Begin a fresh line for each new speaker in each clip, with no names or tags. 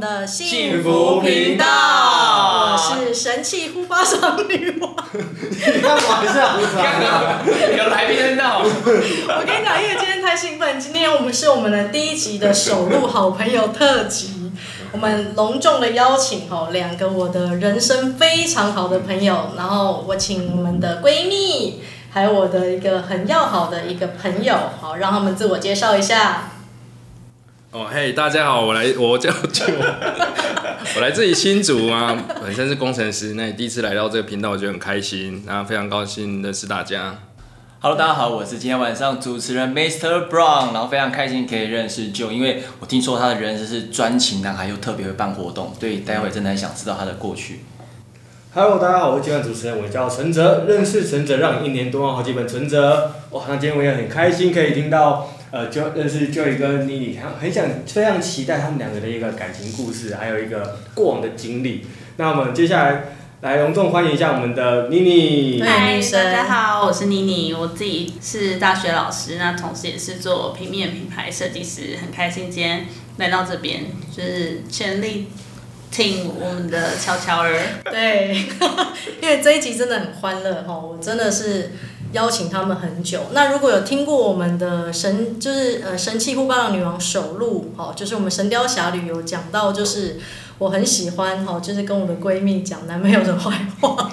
的
幸福频道
我是神器呼巴掌女王。
你干嘛笑场？
有来宾在闹，
我跟你讲，因为今天太兴奋，今天我们是我们的第一集的首录好朋友特辑，我们隆重的邀请哦两个我的人生非常好的朋友，然后我请我们的闺蜜，还有我的一个很要好的一个朋友，好让他们自我介绍一下。
哦嘿，大家好，我来，我叫就，我来自己新竹啊， 本身是工程师，那第一次来到这个频道，我觉得很开心，然后非常高兴认识大家。
Hello，大家好，我是今天晚上主持人 Mr. Brown，然后非常开心可以认识 Joe，因为我听说他的人是专情男孩，又特别会办活动，所以待会真的很想知道他的过去。
Hello，大家好，我是今晚主持人，我叫陈哲。认识陈哲让你一年多忘好几本存折。哇，那今天我也很开心，可以听到呃，就认识 Joy 跟妮妮，很很想非常期待他们两个的一个感情故事，还有一个过往的经历。那我们接下来来隆重欢迎一下我们的妮妮。
嗨
嗨，
女生
大家好，我是妮妮，我自己是大学老师，那同时也是做平面品牌设计师，很开心今天来到这边，就是全力挺我们的悄悄儿。
对，因为这一集真的很欢乐哈，我真的是邀请他们很久。那如果有听过我们的神，就是呃《神器护巴郎女王》首录，哦，就是我们《神雕侠侣》有讲到，就是我很喜欢哦，就是跟我的闺蜜讲男朋友的坏话，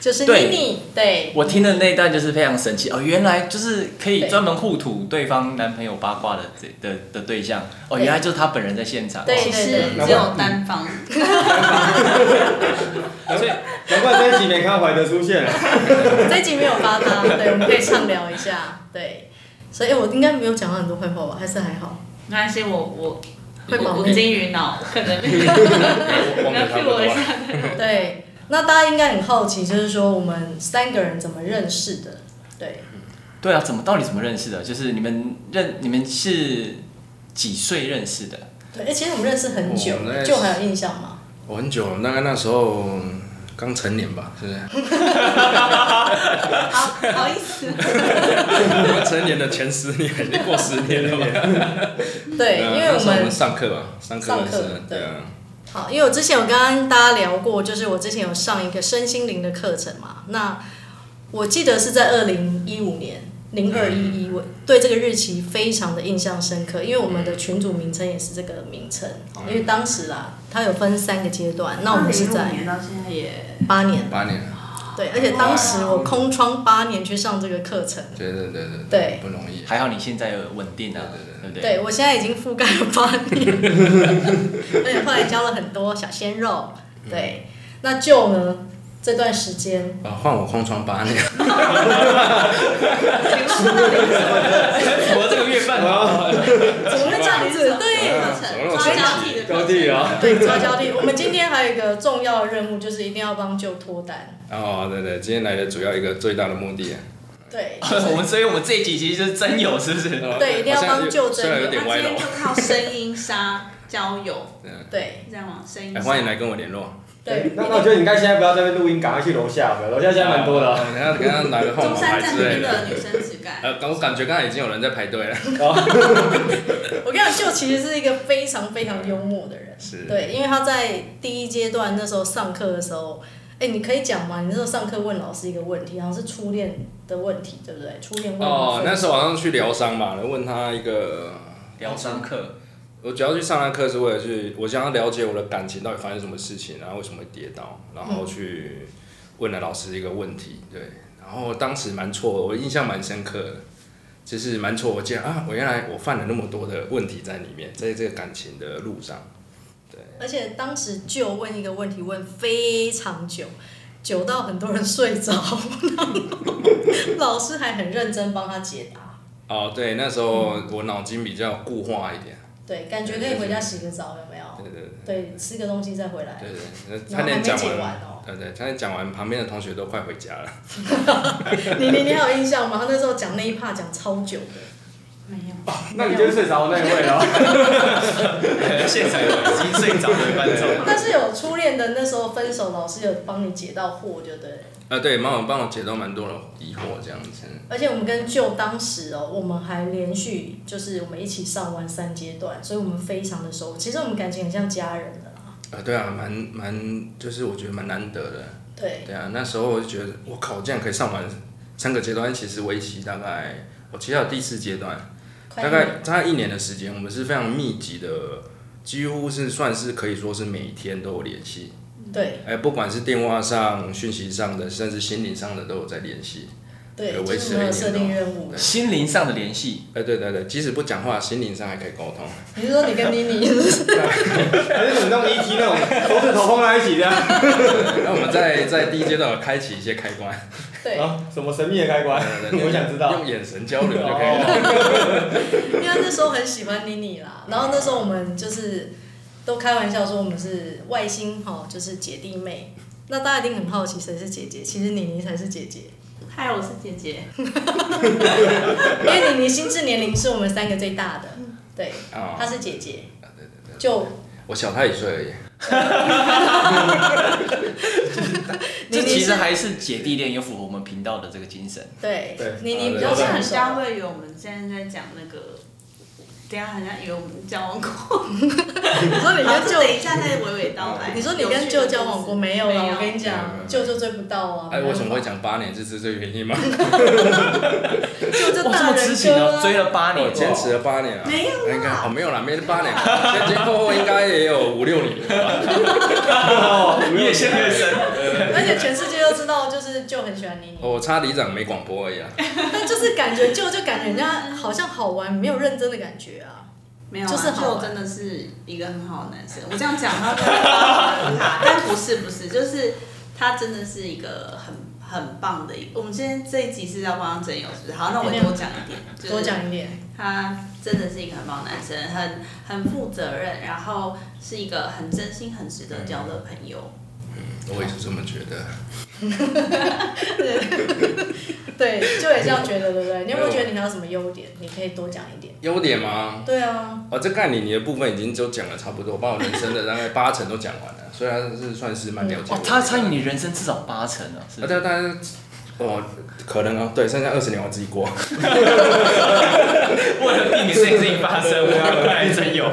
就是妮
对
妮，对
我听的那一段就是非常神奇哦，原来就是可以
对
专门互吐对方男朋友八卦的这的的对象哦，
对
原来就是他本人在现场。
对
哦
其实只有单方，
所以
难怪这一集没看到怀德出现了。
这一集没有发他，对，我们可以畅聊一下，对。所以我应该没有讲到很多坏话吧，还是还好。
没关系，我我
会吗
我我金鱼脑，可能你
忘
要
得差
替
不多
我一
了
下。
嗯
对，那大家应该很好奇，就是说我们三个人怎么认识的？对，
对啊，怎么到底怎么认识的？就是你们认你们是几岁认识的？
对，哎、其实我们认识很久
我们认，识
就还有印象吗？
我很久，大概那时候刚成年吧，是不是？
好好意思，
我们 成年的前十年，已经过十年了吧？
对，因为
啊那
我
时候我们
们
上课吧，上课认识
上
的
课，
对啊。
好，因为我之前有跟大家聊过，就是我之前有上一个身心灵的课程嘛，那我记得是在二零一五年零二
嗯
一一，我对这个日期非常的印象深刻，因为我们
嗯
的群组名称也是这个名称，哦因为当时啦，它有分三个阶段，那我们是在
年到现在也
八年，
八年了，
对，而且当时我空窗八年去上这个课程，
对对对对
对
不容易。
还好你现在有稳定啊，对不对？
对，我现在已经覆盖了八年， 而且后来教了很多小鲜肉。
嗯
对，那就呢这段时间，
啊，换我空窗八年，
符合这个月份啊。
怎么会这样 子？对，
啊
抓交替的
高地啊、
对，抓交替。我们今天还有一个重要的任务，就是一定要帮舅脱单。
哦，对对，今天来的主要一个最大的目的啊，
对，
我们所以我们这一集其实就是真有，是 不是？
对一定要
好像
帮
有
旧真啊
虽然有
友
点
那
歪
今
楼
天就。靠声音杀交友，
对，
这样吗？声音
哎，
杀
欢迎来跟我联络。
对，
哎那那我觉得你应该现在不要在那边录音，赶快去楼下，好不好楼下现在蛮多的。
哦等下等下 拿个号
中
码
山
牌
站
之
那
类
边
的。
的女生只敢。
呃，我感觉刚才已经有人在排队了。
我跟你讲，舅其实是一个非常非常幽默的人。
是。
对，因为他在第一阶段那时候上课的时候，哎，你可以讲吗？你那时候上课问老师一个问题，好像是初恋的问题，对不对？初恋问
哦，那时
候
候好像去疗伤吧，问他一个，
疗伤课，
我主要去上他课是为了去，我想要了解我的感情到底发生什么事情，然后为什么会跌倒，然后去问了老师一个问题，对，然后当时蛮错愕，我印象蛮深刻的，就是蛮错愕，我见啊，我原来我犯了那么多的问题在里面，在这个感情的路上，
而且当时就问一个问题，问非常久，久到很多人睡着， 然后老师还很认真帮他解答。
哦，对，那时候
嗯
我脑筋比较固化一点，
对，感觉可以回家洗个澡，有没有？
对对对
对，吃个东西再回来。
对对，
然
那
后
差
还
点
没
讲
解
完，
完哦。
对对，差点讲完，旁边的同学都快回家了，
你你你还有印象吗？他那时候讲那一趴讲超久的，
没有，
那你就是睡着的那一位啊了。
现场有已经睡着的观众。
但是有初恋的那时候分手，老师有帮你解到惑，就对了。
啊，对，帮我帮我解到蛮多的疑惑这样子。
而且我们跟舅当时哦，我们还连续就是我们一起上完三阶段，所以我们非常的熟。其实我们感情很像家人的啦。
啊，对啊，蛮蛮就是我觉得蛮难得的。
对，
对啊，那时候我就觉得，我靠，我竟然可以上完三个阶段，其实为期大概我其实还有第四阶段，
快
大
点
概大概一年的时间，我们是非常密集的，几乎是算是可以说是每天都有联系，
对
哎，不管是电话上、讯息上的，甚至心灵上的都有在联系。
对，
对
就
呃维
是
持
没
了
有
一
设
年哦
定
多
任务。
心灵上的联系，
哎，对对对，即使不讲话，心灵上还可以沟通。
你是说你跟妮妮？
还是你们那种 ET 那种手指头碰在一起这样？
那我们在在第一阶段有开启一些开关，
对，
啊，什么神秘的开关？
对对对
我想知道
用。眼神交流就可以了。
因为那时候很喜欢妮妮啦，然后那时候我们就是都开玩笑说我们是外星哈，就是姐弟妹。那大家一定很好奇谁是姐姐，其实妮妮才是姐姐，
嗨，我是姐姐。
因为妮妮心智年龄是我们三个最大的，对，
哦
啊
她是姐姐，就
我小他一岁而已。
妮
这
妮
其
是
实还是姐弟恋，也符合我们频道的这个精神。
对
对，
妮
啊
妮比
要
较
是
成
很
熟，
大会以为我们现在在讲那个，等一下好像以为我们 交往过，
你说你
然
跟
后
舅，
等一下再娓娓道来。
你说你跟舅交往过没有啊啦？我跟你
没有
讲，舅就追不到
哦
啊，
哎，为什么会
讲？
讲八年？是是这个原 因吗？
舅就
哇，这
大
么痴
人
情
哥
哦，
啊
追了八
我
年，
坚持了八年啊，
没有啦
应该哦没有啦，没八年，前前后后应该也有五六年了吧。
哦，越陷越深。
而且全世界都知道，就是舅很喜欢妮妮，
哦我差里长没广播而已啊，
但就是感觉舅就感觉人家好像好玩，没有认真的感觉啊。
没有、啊，
就是好玩
就真的是一个很好的男生。我这样讲他真的很好，但不是不是，就是他真的是一个很很棒的一个。我们今天这一集是要帮他整友，是不是？好，那我多讲一点，就是
多讲一点，
他真的是一个很棒的男生，很很负责任，然后是一个很真心、很值得交的朋友。
我也是这么觉得。
对，舅也这样觉得，对不对？你有没有觉得你还有什么优点？你可以多讲一点。
优点吗？
对啊，
哦，这概念你的部分已经都讲了差不多，把我人生的大概八成都讲完了，虽然是算是蛮了解我
哦
的。，
他参与你人生至少八成啊，是
啊，
不
对，
是？
但是哦，可能哦，对，剩下二十年我自己过。
为了避免这件事情发生，我们快来真有。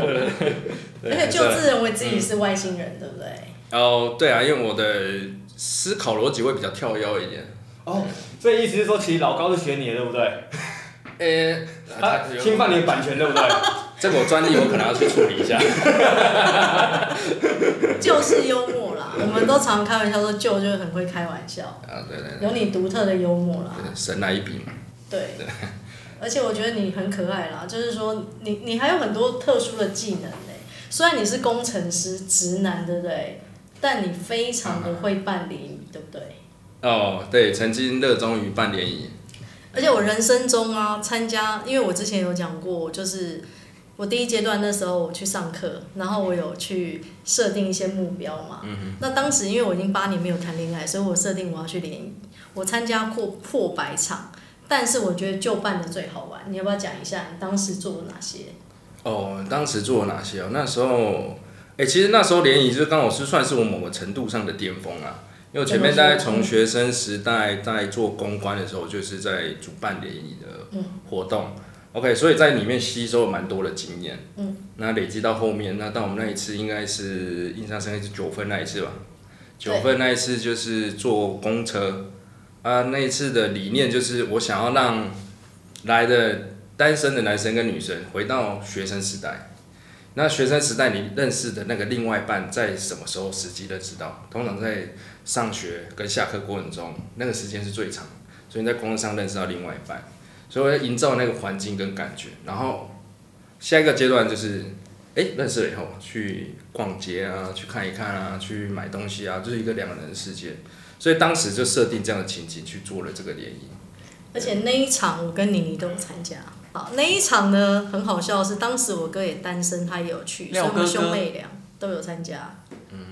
而且舅自认为自己是外星人，对不对？
哦，对啊，因为我的思考逻辑会比较跳跃一点。
哦，所以意思是说，其实老高是学你的，对不对？
诶，
啊他侵犯你的版权，对不对？
这个我专利我可能要去处理一下。
就是幽默啦，我们都常开玩笑说舅就是很会开玩笑，
啊，对对
有你独特的幽默啦。
对，神来一笔嘛。
对， 而且我觉得你很可爱啦，就是说你你还有很多特殊的技能呢、虽然你是工程师直男，对不对？但你非常的会办联谊，对不对？
哦，对，曾经热衷于办联谊，
而且我人生中啊，参加，因为我之前有讲过，就是我第一阶段那时候我去上课，然后我有去设定一些目标嘛。那当时因为我已经八年没有谈恋爱，所以我设定我要去联谊。我参加过破百场，但是我觉得就办的最好玩。你要不要讲一下你当时做了哪些？
哦，当时做了哪些哦？那时候，哎、其实那时候联谊就刚好是算是我某个程度上的巅峰啊。因为我前面在从学生时代在做公关的时候，就是在主办联谊的活动。OK，所以在里面吸收了蛮多的经验。嗯，那累积到后面，那到我们那一次应该是印象深刻是九分那一次吧。九分那一次就是坐公车啊，那一次的理念就是我想要让来的单身的男生跟女生回到学生时代。那学生时代你认识的那个另外一半，在什么时候时机认识到？通常在上学跟下课过程中，那个时间是最长，所以你在工作上认识到另外一半，所以我要营造那个环境跟感觉。然后下一个阶段就是，哎、认识了以后去逛街啊，去看一看啊，去买东西啊，就是一个两个人的世界。所以当时就设定这样的情景去做了这个联谊。
而且那一场我跟妮妮都有参加。好，那一场呢很好笑的是，当时我哥也单身，他也有去，所以
廖
我们
哥哥
兄妹俩都有参加。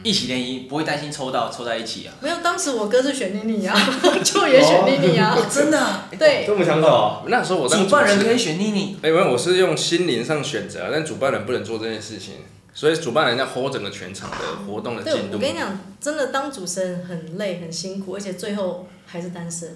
一起联谊不会担心抽到，抽在一起啊。
没有，当时我哥是选妮妮啊， 舅也选妮妮啊，
真的、啊，
对，
这么抢手啊？
那时候我当
主办人
主持
可以选妮妮。
哎、因为我是用心灵上选择，啊但主办人不能做这件事情，所以主办人要 hold 整个全场的活动的
对，
进
我
度。
跟你讲，真的当主持人很累很辛苦，而且最后还是单身，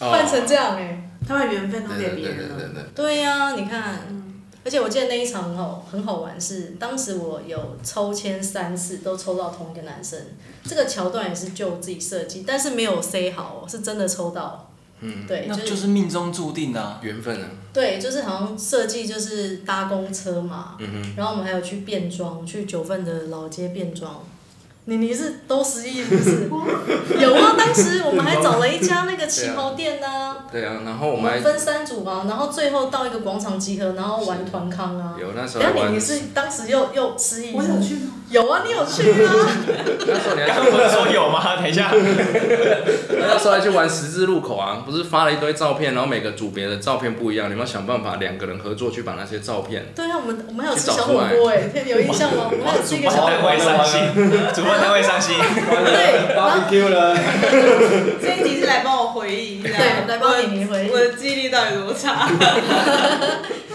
哦
办成这样哎、
他把缘分都
对
给
对
别
对对
人
对对，
了。
嗯
对呀、你看，而且我记得那一场哦很好玩是，当时我有抽签三次，都抽到同一个男生。这个桥段也是就自己设计，但是没有 say 好哦，是真的抽到。嗯，对，
那
就
就是是命中注定的、啊。
缘分啊，
对，就是好像设计就是搭公车嘛，
嗯
然后我们还有去变装，去九份的老街变装。你你是都失忆是不 是？有啊，当时我们还找了一家那个旗袍店呢、
对啊，然后
我
啊我们
们
还
分三组嘛，然后最后到一个广场集合，然后玩团康啊。
有那时
等下
候还
你
玩，
你是当时又又失忆？
我有去吗？
有啊，你有去 啊？
那时候你还
刚刚
去
不是说有吗？等一下，
那时候还去玩十字路口啊，不是发了一堆照片，然后每个组别的照片不一样，你们要想办法两个人合作去把那些照片。
对啊，我们我们还有吃
去找
小火
出
锅哎，天有印象吗？我们还有吃一个
主
小
办
火
单位
锅。
伤心，主办单位伤心。
对，然后
barbecue 了，
这一题是来帮我回忆一下，
对来帮你回忆
我的记忆力到底有多差？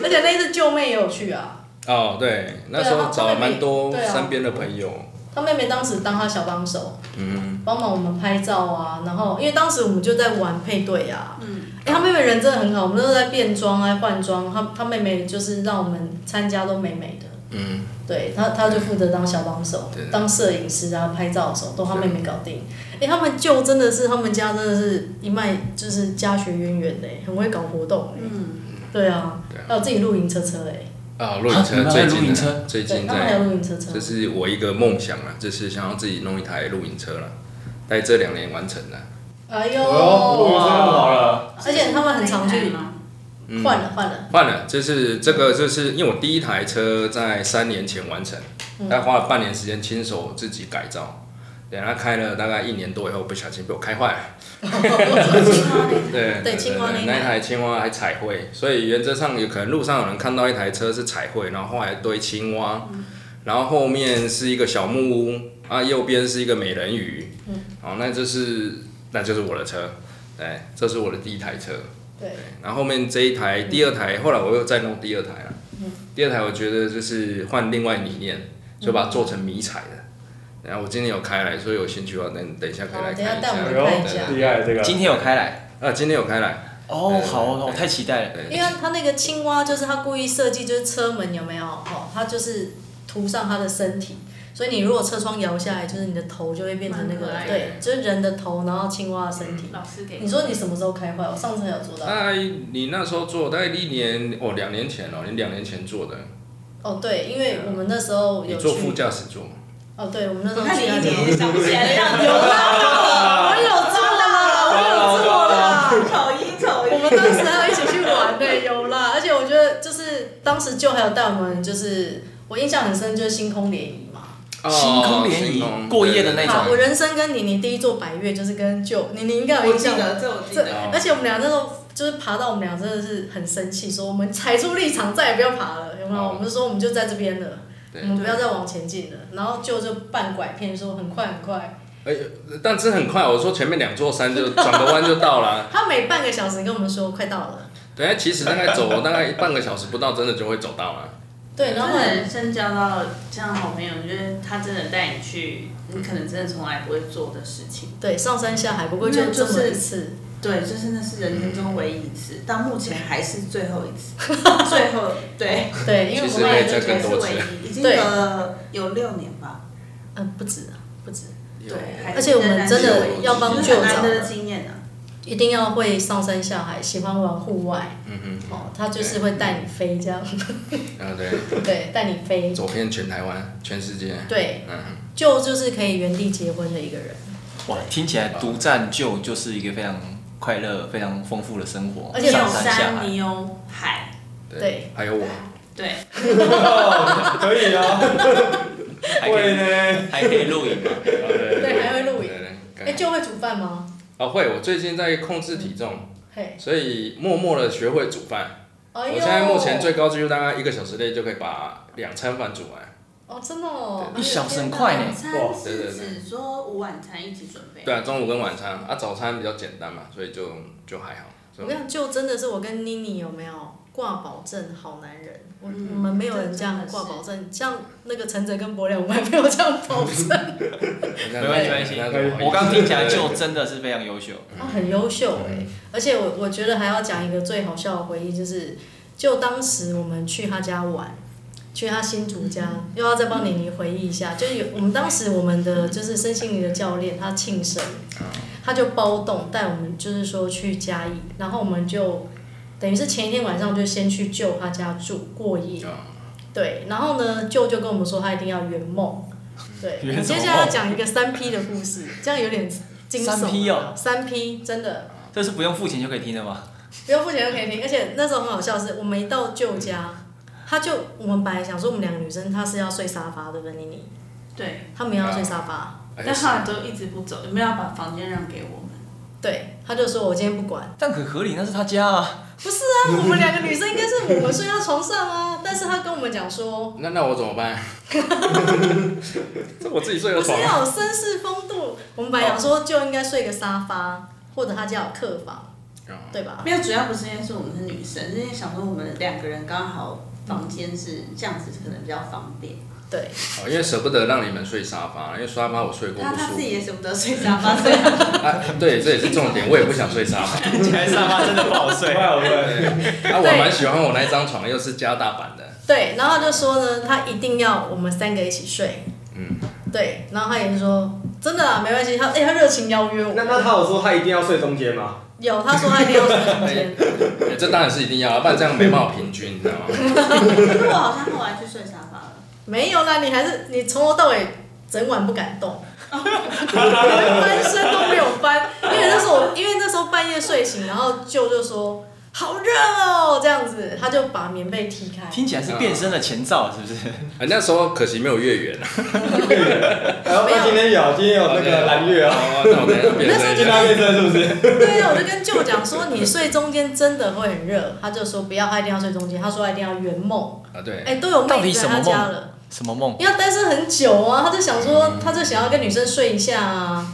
而且那次舅妹也有去啊，
哦，对，那时候找了蛮多身边的朋友，
她妹妹当时当她小帮手，
嗯，
帮忙我们拍照啊。然后因为当时我们就在玩配对啊，嗯，哎，她妹妹人真的很好，我们都在变装啊、换装，她她妹妹就是让我们参加都美美的。
嗯，
对他，他就负责当小帮手
对，
当摄影师啊，拍照的时候都他妹妹搞定。哎、他们舅真的是，他们家真的是一脉就是家学渊源的，很会搞活动哎。
嗯，
对啊
对啊，
还有自己露营车车哎，
啊，露营
啊你
车
们还
最
有露
近
营
的
车
最
对
近
他们还有
在，
露营车车
这。是我一个梦想啊，就是想要自己弄一台露营车了，在这两年完成了。
哎
哦，我
呦，
这样好了，
而且他们很常去
吗？
嗯
换了换了，
换了，就是这个，就是因为我第一台车在三年前完成，
嗯
大概花了半年时间亲手自己改造，等它开了大概一年多以后，不小心被我开坏了。
哦
对
对青蛙那一台
那一台青蛙还彩绘，所以原则上有可能路上有人看到一台车是彩绘，然后后来堆青蛙，
嗯
然后后面是一个小木屋，啊，右边是一个美人鱼，
嗯
好，那就是那就是我的车，对，这是我的第一台车。
对，
然后后面这一台、第二台，后来我又再弄第二台了。
嗯
第二台我觉得就是换另外理念，就把它做成迷彩的。然后我今天有开来，所以有兴趣的话，等等一下可以来
好
看
哦等一下
一
带我
下。
们
哎
来看一
对
下
呦，厉害这个，
今天有开来
啊，今天有开来，
哦，
对
好哦，
对
我太期待了。
因
对
为他那个青蛙就是他故意设计，就是车门有没有哦，他就是涂上他的身体，所以你如果车窗摇下来，就是你的头就会变成那个
蛮可爱，的嗯
对，就是人的头，然后青蛙的身体。
老师给
你说你什么时候开坏？我上次还有做到。
嗯
大概哎你那时候做，大概一年哦，两年前哦，你两年前做的，
哦，对，因为我们那时候
你
有
坐副
去。
驾驶座嘛，
哦，对，我们那时
我
候
看你
去
一
他
点也
家。
想不起来的样子，
有啦，我有做啦，我有做啦。
口音口
我
音。
们当时还有一起去玩的，有啦。而且我觉得就是当时就还有带我们，就是我印象很深，就是星空联谊嘛。
星空联谊
哦哦星空
过夜的那
好，我
种，
人生跟妮妮第一座百月就是跟舅，妮妮应该有
我
印
记
象吧。
得，这我记
这
得。
而且我们俩那时候就是爬到我们俩真的是很生气，说我们踩出立场，再也不要爬了，有没有？
哦
我们就说我们就在这边了，
对
我们不要再往前进了。然后舅就半拐骗说很快很快，
哎、但是很快，我说前面两座山 就转个弯就到了啊、
他每半个小时跟我们说快到了，
对，其实大概走大概半个小时不到，真的就会走到了。
对，然
然
后
后
后来
人生交到这样的好朋友，你觉得他真的带你去你可能真的从来不会做的事情。
对上山下海，不过就
那
这
就是
么一次，
对，就是那是人生中唯一一次，到目前还是最后一次，最后对，
对，因为
其
我
实
们
可
也
以
就
再
觉
更
还
得
是
多次
唯一，已经
对
有了有六年吧。
嗯不止啊不止，
对，还
而且我们
仍然
真
是
的
唯一
要帮
就是
舅
很
找
难得的
了
经验啊。
一定要会上山下海，喜欢玩户外
嗯
哦，他就是会带你飞这样，
哼，啊对，
对，带你飞，
走遍全台湾、全世界。
对，
嗯，
舅就是可以原地结婚的一个人。
哇，听起来独占就就是一个非常快乐、非常丰富的生活，
而
你
且
有
上山下
山，
海
你。有海，
对，
还有我，
对，
哦可以啊，
还可
会
以
呢，
还可以露营嘛？啊
对
对
还会露营
对
哎、
对对
舅会煮饭吗？
哦，会，我最近在控制体重，
嘿，
所以默默的学会煮饭。
嗯哎呦，
我现在目前最高纪录大概一个小时内就可以把两餐饭煮完。
哦，真的哦，
一小时很快呢
晚餐
哇
对
是
对
指说午晚餐一起准备。
哎
对啊，中午跟晚餐啊，早餐比较简单嘛，所以就就还好。
我跟你讲，舅真的是我跟妮妮有没有挂保证好男人？我、
嗯
我们没有人这样挂保证，像那个陈哲跟柏良，我们还没有这样保 证。
没
没关系没关系我刚听起来就真的是非常优秀，
他很优秀哎、而且我我觉得还要讲一个最好笑的回忆，就是就当时我们去他家玩，去他新竹家，又要再帮妮妮回忆一
嗯
下，就是有我们当时我们的就是身心灵的教练他庆生，
啊
他就包栋带我们就是说去嘉义，然后我们就等于是前一天晚上就先去舅他家住过夜，
啊
对，然后呢舅就跟我们说他一定要圆 梦，对，
圆
我
什么
接下来要讲一个三 P 的故事，这样有点惊悚，啊
三 P 哦
三 P 真的。
这是不用付钱就可以听的吗？
不用付钱就可以听。而且那时候很好笑的是，我们一到舅家，他就我们本来想说我们两个女生她是要睡沙发的，对不对，妮妮？
对，
她没有要睡沙发，
哎
但后来都一直不走，有没有要把房间让给我们？
对，她就说我今天不管。
但很合理，那是他家啊。
不是啊，我们两个女生应该是我们睡到床上啊，但是她跟我们讲说，
那那我怎 么办？这我自己睡
不
的
是
床啊。
要有绅士风度。我们本来想说就应该睡个沙发，或者她家有客房，对吧？
没有，主要不是因为是我们是女生，是因为想说我们两个人刚好房间是这样子，可能比较方便。
对，
哦，因为舍不得让你们睡沙发，因为沙发我睡过
他
不
他
舒
自己
服。
也舍不得睡沙发， 所以他
啊，对，这也是重点，我也不想睡沙发。
起来沙发真的不好 睡
对对，
啊，我蛮喜欢我那一张床，又是加大版的。
对，然后他就说呢，他一定要我们三个一起睡。嗯，对，然后他也是说，真的啊，没关系。他哎、他热情邀约我。
那那他有说他一定要睡中间吗？
有，他说他一定 要睡中间。
哎这当然是一定要，不然这样没办法平均，你知道吗？
可是我好像后来去睡沙发了。
没有啦，你还是你从头到尾整晚不敢动，连 翻身都没有翻，因为那时候我因为那时候半夜睡醒，然后舅就说好热哦这样子，他就把棉被踢开。
听起来是变身的前兆，是不是？
哎，那时候可惜没有月圆啊。
然后
没有
哎那今天有，今天有那个蓝月啊，
哦，那我等一下变
那时候
成
就
今天
一下
要变身是不是？
对啊，我就跟舅讲 说你睡中间真的会很热，他就说不要，他一定要睡中间，他说他一定要圆梦，
啊，对，
哎、都有
到底
妹子
什
在
么
他家
梦
了。
什么梦？
因为他单身很久啊，他就想说，他就想要跟女生睡一下啊。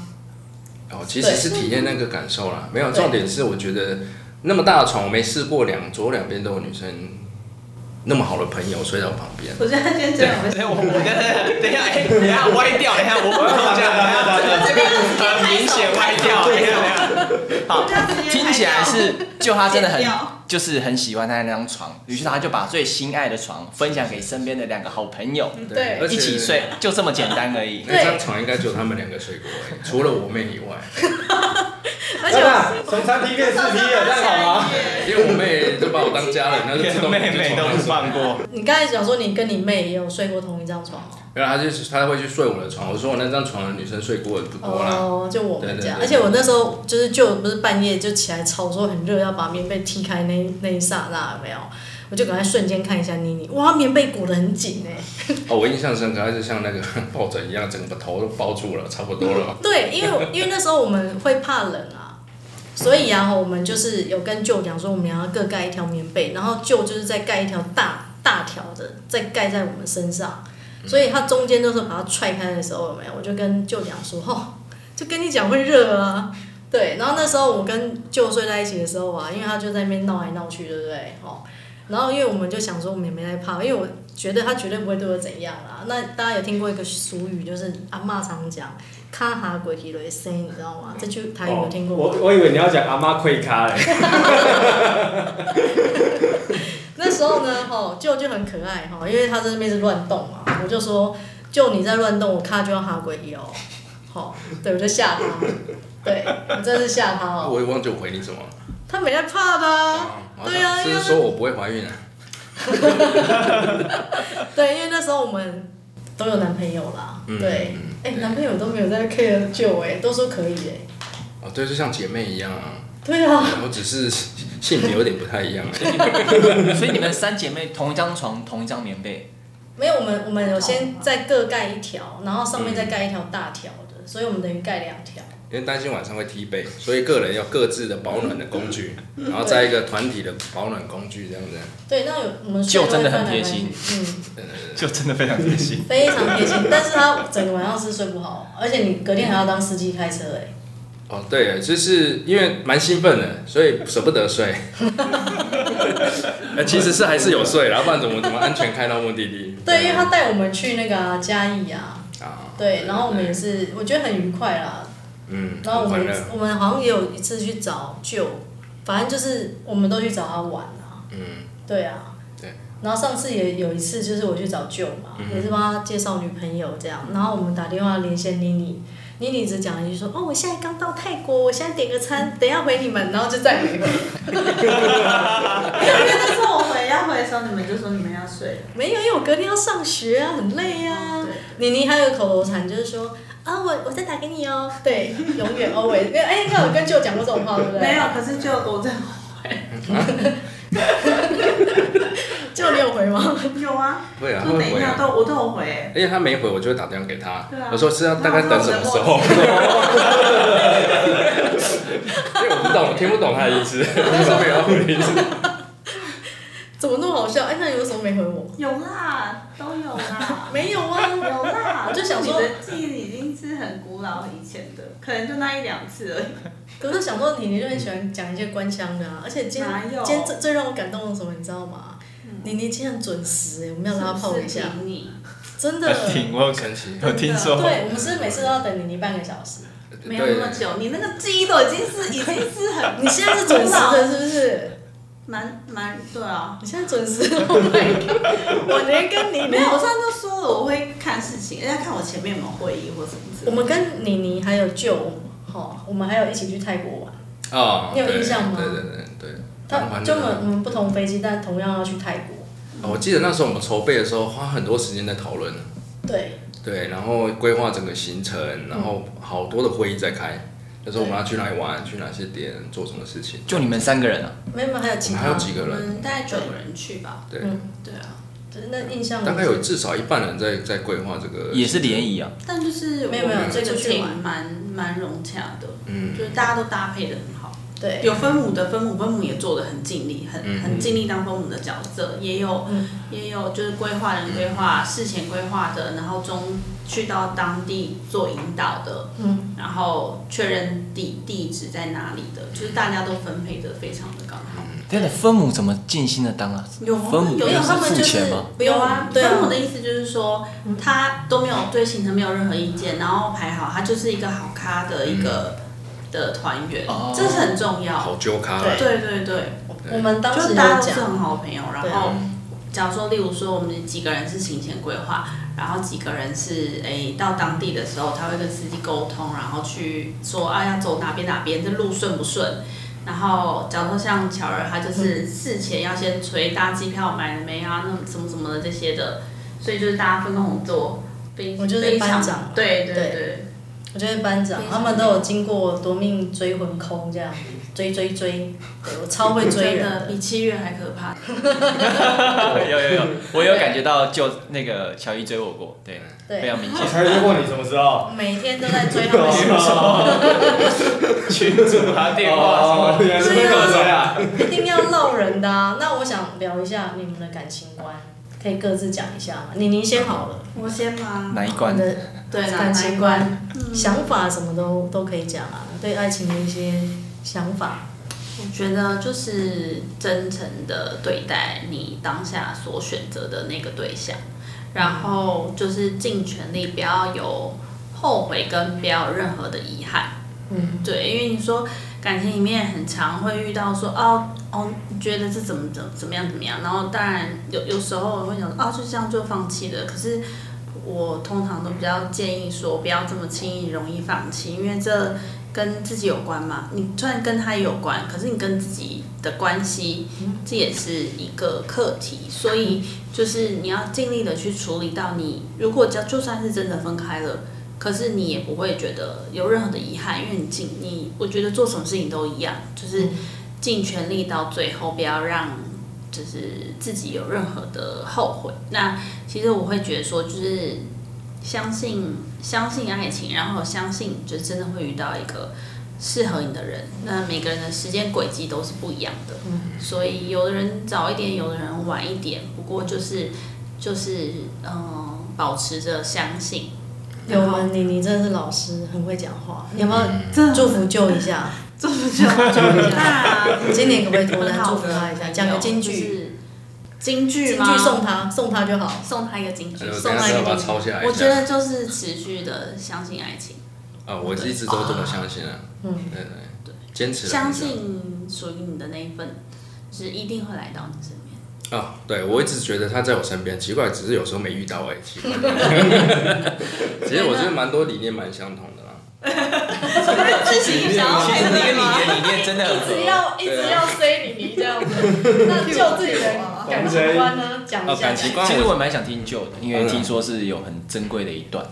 哦，其实是体验那个感受啦。没有，重点是我觉得那么大的床，我没试过两左右两边都有女生，那么好的朋友睡在我旁边。
我觉得他今天真的很会
哎，我我等一下等一下，哎，等一下歪掉，等一下我我要这样，等一下这个很明显歪掉，等一下等一下。好，听起来是就他真的很
剪掉
就是很喜欢他的那张床，于是他就把最心爱的床分享给身边的两个好朋友，
对
而且
一起睡，就这么简单而已。
那张床应该只有他们两个睡过而已，除了我妹以外，
而且我
那从三 P 变四 P 了，这样好吗？
因为我妹就把我当家人，那就 自 动
妹妹都不放过，
你刚才讲说你跟你妹也有睡过同一张床哦
然后她就是她会去睡我的床，我说我那张床的女生睡过的不多啦。
哦，就我们这样。
对对对
而且我那时候就是就不是半夜就起来吵说很热，要把棉被踢开那那一刹那有没有，我就赶快瞬间看一下妮妮，哇，棉被裹得很紧哎、
哦，我印象深刻，她就像那个抱枕一样，整个头都包 住了，差不多了。
对，因为我因为那时候我们会怕冷啊，所以啊，我们就是有跟舅讲说，我们要各盖一条棉被，然后舅就是再盖一条大大条的，再盖在我们身上。所以他中间那时候把它踹开的时候，有没有？我就跟舅讲说，哦，就跟你讲会热啊。对，然后那时候我跟舅睡在一起的时候啊，因为他就在那边闹来闹去，对不对？哦，然后因为我们就想说，我们也没在怕，因为我觉得他绝对不会对我怎样啦。那大家有听过一个俗语，就是阿嬷常讲“卡哈鬼提雷声”，你知道吗？这句台语有听过吗？
哦我我以为你要讲阿妈溃咖嘞，
那时候呢，吼舅就很可爱哈，吼因为他在那边是乱动嘛，我就说舅你在乱动，我咔就要哈鬼一哦，好，对，我就吓他，对我真的是吓他哦，
我也忘记我回你什么了。
他没在怕的啊、对啊，
是
因为
不是说我不会怀孕啊？
对，因为那时候我们都有男朋友啦，
嗯
对
嗯，
哎、
对
男朋友都没有在 care 舅哎、都说可以哎、
哦，对，就像姐妹一样啊，
对啊，
我只是性别有点不太 一样而啊已。
所以你们三姐妹同一张床，同一张棉被，
没有我们我们有先再各盖一条，然后上面
嗯
再盖一条大条的，所以我们等于盖两条。
因为担心晚上会踢被，所以个人要各自的保暖的工具，然后再一个团体的保暖工具这样子。
对，那有我们
舅
睡
真的
都会
很
分
贴
两
心
个人，嗯。
就真的非常贴心。
非常贴心，但是他整个晚上是睡不好，而且你隔天还要当司机开车哎、
哦，对，就是因为蛮兴奋的，所以舍不得睡。 呃，其实是还是有睡啦，然后不然怎么怎么安全开到目的地？
对，因为他带我们去那个啊嘉义啊，
啊，
对，然后我们也是，我觉得很愉快啦。
嗯，
然后我
很
们
快乐
我们好像也有一次去找舅，反正就是我们都去找他玩啊。
嗯，
对啊，
对。
然后上次也有一次，就是我去找舅嘛，
嗯哼
也是帮他介绍女朋友这样。然后我们打电话连线妮妮，妮妮只讲了一句说：“哦，我现在刚到泰国，我现在点个餐，等一下回你们。”然后就再没回。
因为那时候我回要回的时候，你们就说你们要睡了。
没有，因为我隔天要上学啊，很累啊。妮妮还有口头禅，就是说啊，我我再打给你哦。对，永远 always。因为哎，那我跟舅讲过这种 话，对不对？
没有，，可是就我在
舅你有回吗？
有啊，
会啊，
就等一
会
下
啊。
都我都有回欸。
因为他没回，我就会打电话给他
对啊。
我说是要大概等什么时候？ 因为我不懂，我听不懂他的意思，我说没有 我的意思。
怎么那么好笑？哎，那你为什么没回我？。
有啦，都有 啦
没有啊，
有啦，
我就想说
你的记忆已经是很古老以前的，可能就那一两次而已。
可是想说妮妮就很喜欢讲一些官腔的啊，而且今
哪
天
有
今天最最让我感动的是什么，你知道吗？妮妮竟然准时哎、我们要拉泡一下
是，不是比你
真的。
挺我有
神奇，
有听说，
对，我啊们是不是每次都要等妮妮半个小 时。
没有那么久，你那个记忆都已经是已经是很
你现在是准时的，是不是？
蛮蛮对啊。
你现在准时，Oh my god！我连跟 你
没有，我上次就说了，我会看事情，人家看我前面有没有会议或什么之
我
类的。
们跟妮妮还有舅，哈，我们还有一起去泰国玩。
啊，
你有
对
印象吗
对对对对。蛮
他
欢乐
就我
的
们我们不同飞机，但同样要去泰国。
哦我记得那时候我们筹备的时候，花很多时间在讨论，啊
对，
对，然后规划整个行程，然后好多的会议在开，就是我们要去哪里玩，去哪些点，做什么事情。
就你们三个人啊，
没有没有，还有其
我们还有
他，
几个
我
人？
们大概九个人去吧。
对，
嗯
对啊，
就是那印象
大概有至少一半人在在规划这个，
也是联谊啊，
但就是
没有没有
我们这个
出去玩
team 蛮蛮融洽的，
嗯
就是大家都搭配的很好。
对，
有分母的分母，分母也做的很尽力，很
嗯
很尽力当分母的角色，也有
嗯
也有就是规划人规划、事前规划的，然后中去到当地做引导的，
嗯，
然后确认地地址在哪里的，就是大家都分配的非常的刚好。
啊
真的分啊母怎么尽心的当啊？
有啊
分母
有
没有
是
他们
付
就
钱
是
吗
不用
啊，
对
分母
啊
的，意思就是说他都没有对行程没有任何意见，然后排好，他就是一个好咖的一个的团员
嗯哦，
这是很重要。
好揪咖了，
对对对。
我们当时
就
有
大家都是
讲，
很好的朋友。然
对
后，假如说，例如说，我们几个人是行前规划，然后几个人是诶、到当地的时候，他会跟司机沟通，然后去说啊要走哪边哪边，这路顺不顺。然后，假如说像乔儿，他
嗯
就是事前要先催搭机票买了没啊，那什么什么的这些的，所以就是大家分工合作。非
我就是
非常
班长
对对
对
对，
我觉得班长
非常
他们都有经过夺命追魂空这样追追追，对我超 会追
真
人
的
的。
比七月还可怕。
有有有，我有感觉到，就那个乔伊追我过，对，非
对，
常明
我
显。
才问过你什么时候？
每天都在追他们行 程。
群主啊，电话什么
哦，原来是那个谁啊？
一定要闹人的、啊。那我想聊一下你们的感情观，可以各自讲一下吗？你您先好了，
我先吗？
哪一
你
关？
的
对，哪
感情观、
哪一关嗯
想法什么都都可以讲啊，对爱情的一些想法。
我觉得就是真诚的对待你当下所选择的那个对象，然后就是尽全力不要有后悔跟不要有任何的遗憾。
嗯，
对，因为你说感情里面很常会遇到说哦哦，你觉得这怎么怎么怎么样怎么样，然后当然有有时候我会想说哦，就这样就放弃了，可是。我通常都比较建议说，不要这么轻易容易放弃，因为这跟自己有关嘛。你虽然跟他也有关，可是你跟自己的关系，这也是一个课题。所以就是你要尽力的去处理到你，如果就就算是真的分开了，可是你也不会觉得有任何的遗憾，因为你尽你，我觉得做什么事情都一样，就是尽全力到最后，不要让就是自己有任何的后悔。那其实我会觉得说，就是相信相信爱情，然后相信就真的会遇到一个适合你的人。那每个人的时间轨迹都是不一样的，
嗯
所以有的人早一点，有的人晚一点。不过就是就是嗯、呃保持着相信。
有吗？你你真的是老师，很会讲话。你要不要
真
祝福舅一下？
这么久长 大，
今年可不可以突
很
然
好
祝福他一下？讲个金句，，
京剧
金
吗？
句送他，送他就 好。
送他一个京剧
哎呦，
送
等一
他
下
一
要
个
把它
京剧。
抄下来。
我觉得就是持续的相信爱情，
啊，我一直都这么相信啊。
嗯
对对对，坚持了
相
很久。
信属于你的那一份，是一定会来到你身边。
啊、对我一直觉得他在我身边，奇怪，只是有时候没遇到而已。奇怪 其实我真的蛮多理念蛮相同的啦。
自己想要
其
去
实你
对
跟
吗？
你理念真的
一
很
直
合。
要一直要塞你你这样子，那就自己的感情观呢 讲一
哦，
下
感。情观
其实
我
我蛮想听旧的，因为听说是有很珍贵的一段。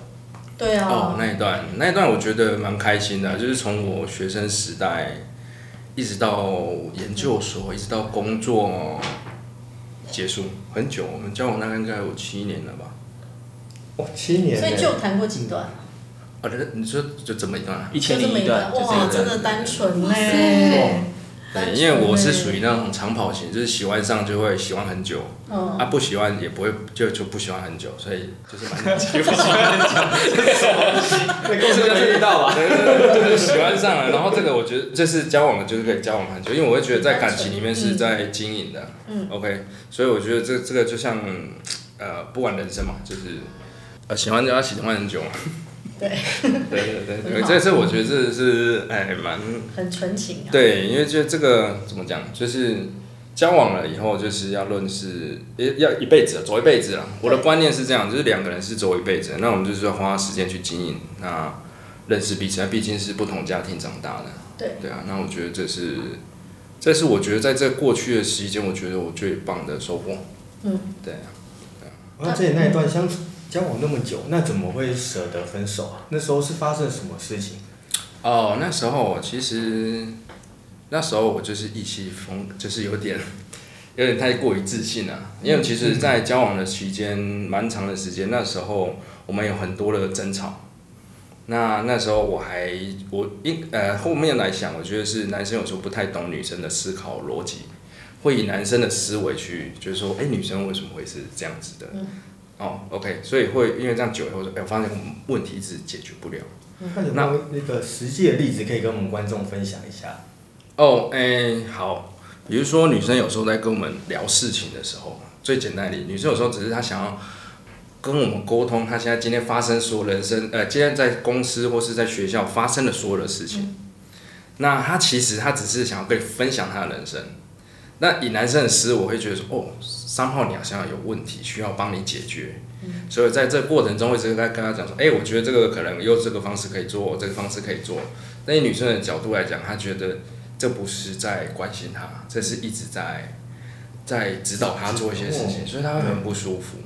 对
哦
啊，
那一段那一段我觉得蛮开心的，啊就是从我学生时代一直到研究所，一直到工作结束，很久，我们交往大概应该有七年了吧。
哇，七年
所
耶，
以就谈过几段，
啊，那你说就怎么一段啊？
一
就
千
这么
零
一
一段，就这
哇，
一
真
段。
的单纯
哇
嘞，
塞
对，因为我是属于那种长跑型，就是喜欢上就会喜欢很久，
嗯，
啊不喜欢也不会就就不喜欢很久，所以就是蛮 就
那公司就遇 到吧。
是喜欢上了。然后这个我觉得就是交往了，就是可以交往很久，因为我会觉得在感情里面是在经营的，
嗯
，OK，所以我觉得这这个就像呃，不管人生嘛，就是呃喜欢就要喜欢很久嘛。
对
对对对
很
对，
好
这这我觉得这是哎蛮
很纯情啊，
对，因为就这个怎么讲，就是交往了以后，就是要论是也要一辈子，走一辈子了。我的观念是这样，就是两个人是走一辈子，那我们就是要花时间去经营，那认识彼此，那毕竟是不同家庭长大的。
对
对啊，那我觉得这是，这是我觉得在这过去的时间，我觉得我最棒的收获。
嗯，
对啊。
而且那一段相处交往那么久，那怎么会舍得分手啊？那时候是发生什么事情？
哦，那时候其实那时候我就是意气风，就是有点有点太过于自信了、因为其实，在交往的期间蛮长的时间，那时候我们有很多的争吵。那那时候我还我一呃后面来想，我觉得是男生有时候不太懂女生的思考逻辑，会以男生的思维去就是说，哎、女生为什么会是这样子的？哦，OK，所以会因为这样久以后说，哎、我发现我们问题一直解决不了。
嗯
那有没有那个实际的例子可以跟我们观众分享一下？
哦，哎、好，比如说女生有时候在跟我们聊事情的时候，最简单的例子，女生有时候只是她想要跟我们沟通，她现在今天发生所有人生，呃，今天在公司或是在学校发生的所有的事情，那她其实她只是想要跟你分享她的人生。那以男生的思维，我会觉得说，哦，三号你好像有问题需要帮你解决，所以在这过程中，我一直在跟他讲说，哎、我觉得这个可能用这个方式可以做，这个方式可以做。但以女生的角度来讲，她觉得这不是在关心他，这是一直在在指导他做一些事情，所以他会很不舒服。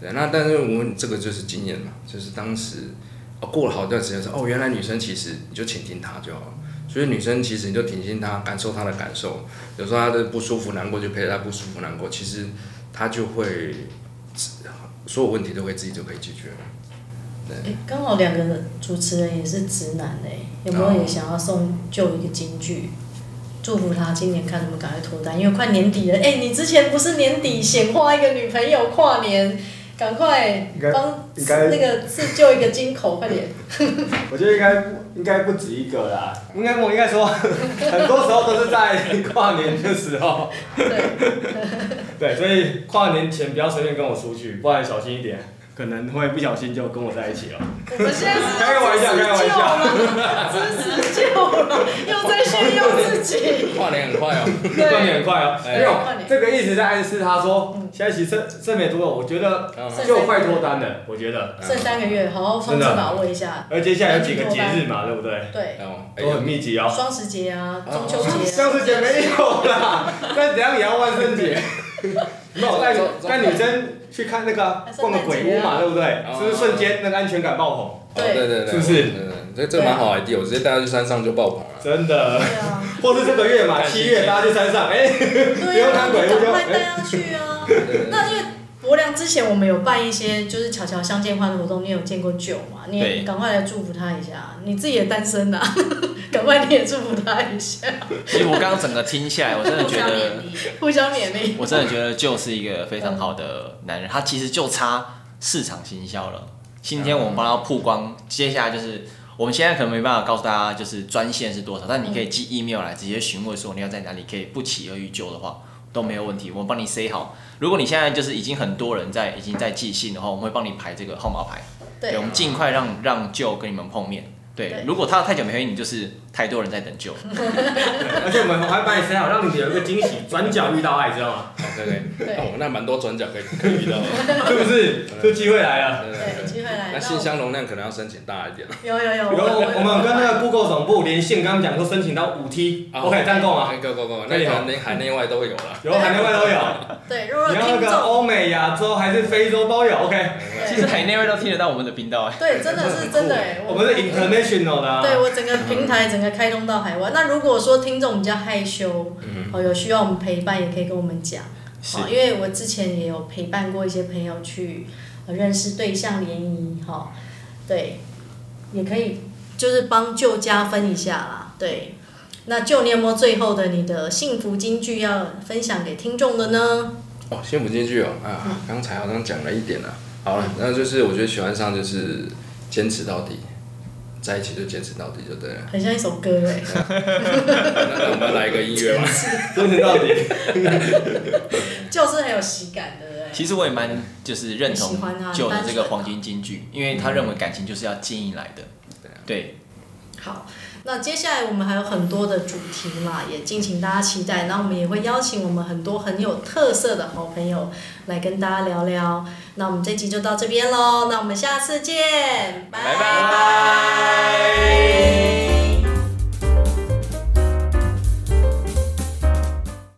对，那但是我们这个就是经验嘛，就是当时哦过了好一段时间说哦，原来女生其实你就倾听她就好了。所以女生其实你就听听她，感受她的感受。有时候她的不舒服、难过，就陪着她不舒服、难过。其实她就会所有问题都会自己就可以解决了。
诶刚好两个主持人也是直男哎，有没有也想要送就一个金句？祝福他今年看能不能赶快脱单，因为快年底了。哎、你之前不是年底显化一个女朋友跨年，赶快
应该
帮
应该
那个自救一个金口，快点！
我觉得应该不应该不止一个啦，应该我应该说， 很多时候都是在跨年的时候。
对，
对，所以跨年前不要随便跟我出去，不然小心一点，可能会不小心就跟我在一起了。
我们现在是
开个玩笑开个玩
笑，
笑
知识救了，又在炫耀自己。
跨年很快哦，
对
跨年很快哦，没有
跨年
这个一直在暗示他说，现在其实剩剩没多久，我觉得呃
嗯
就快脱单了，我觉得。
剩三个月，好好放
真
置
的
把
啊
握一下。
而接下来有几个节日嘛，对不对？
对，
哦，哎
都很密集哦。
双十节啊，中秋节、啊，
上次节没有啦，但怎样也要万圣 节。没有带带女生去看那个啊逛个鬼屋哦嘛，对不对？是不是瞬间那个安全感爆棚？
对对
对
对对，
是不是
对对对这这蛮好 idea，我直接带他去山上就爆棚了。
真的
对，啊，
或是这个月嘛，
看
七月大家去山上，哎，不
对
用
啊，
看鬼
你
屋
赶
就
快带
哎，
他去啊。
对对对
那因为伯良之前我们有办一些就是巧巧相见欢的活动，你有见过九嘛？你也
对
赶快来祝福他一下，你自己也单身啊， 赶快你也祝福他一 下，
其实我刚刚整个听起来，我真的
互
觉
相
得
勉励。
互相勉励。
我真的觉得就是一个非常好的男人，他其实就差市场行销了。今天我们帮他曝光，接下来就是我们现在可能没办法告诉大家就是专线是多少，但你可以寄 email 来直接询问说你要在哪里，可以不期而遇救的话都没有问题，我们帮你 say 好。如果你现在就是已经很多人在已经在寄信的话，我们会帮你排这个号码牌，
对
我，们尽快让让舅跟你们碰面。对
对，
如果他太久没回应你，就是太多人在等救了。
而且我们还把你塞好，让你有一个惊喜，转角遇到爱，知道吗？
哦对对，
对
哦，那蛮多转角可以可以遇到的，
是不是？这机会来了。
对
对，有
对对。
机会来。
那信箱容量可能要申请大一点。
有有有，
有哦我们跟那个 Google 总部连线，刚刚讲说申请到五 T，
啊
o k 这样够吗？
够够够，
可
那
以
可
哦
能连海内外都有了。
有海内外都有，
对，如果
你要那
听
个
众
欧美、亚洲还是非洲都有，OK。
对
其实海内外都听得到我们的频道哎。
对，真的是真的哎，
我们是 international 的、啊。
对我整个平台整个开通到海外。那如果说听众比较害羞，哦，有需要我们陪伴，也可以跟我们讲。
是
哦，因为我之前也有陪伴过一些朋友去、呃认识对象联谊，哈、对，也可以就是帮舅加分一下啦，对。那舅，你有没有最后的你的幸福金句要分享给听众的呢？
哦，先不进去哦啊，刚才好像讲了一点了。好了，那就是我觉得喜欢上就是坚持到底，在一起就坚持到底就对了。
很像一首歌哎、
那我们来一个音乐吧。
真的到底。
就是很有喜感，对不对？
其实我也蛮就是认
喜
同
欢啊
旧的
单
这
纯
个
啊
黄金金句，因为他认为感情就是要经营来的。对，
好，那接下来我们还有很多的主题嘛，也敬请大家期待。那我们也会邀请我们很多很有特色的好朋友来跟大家聊聊。那我们这集就到这边喽，那我们下次见，
拜拜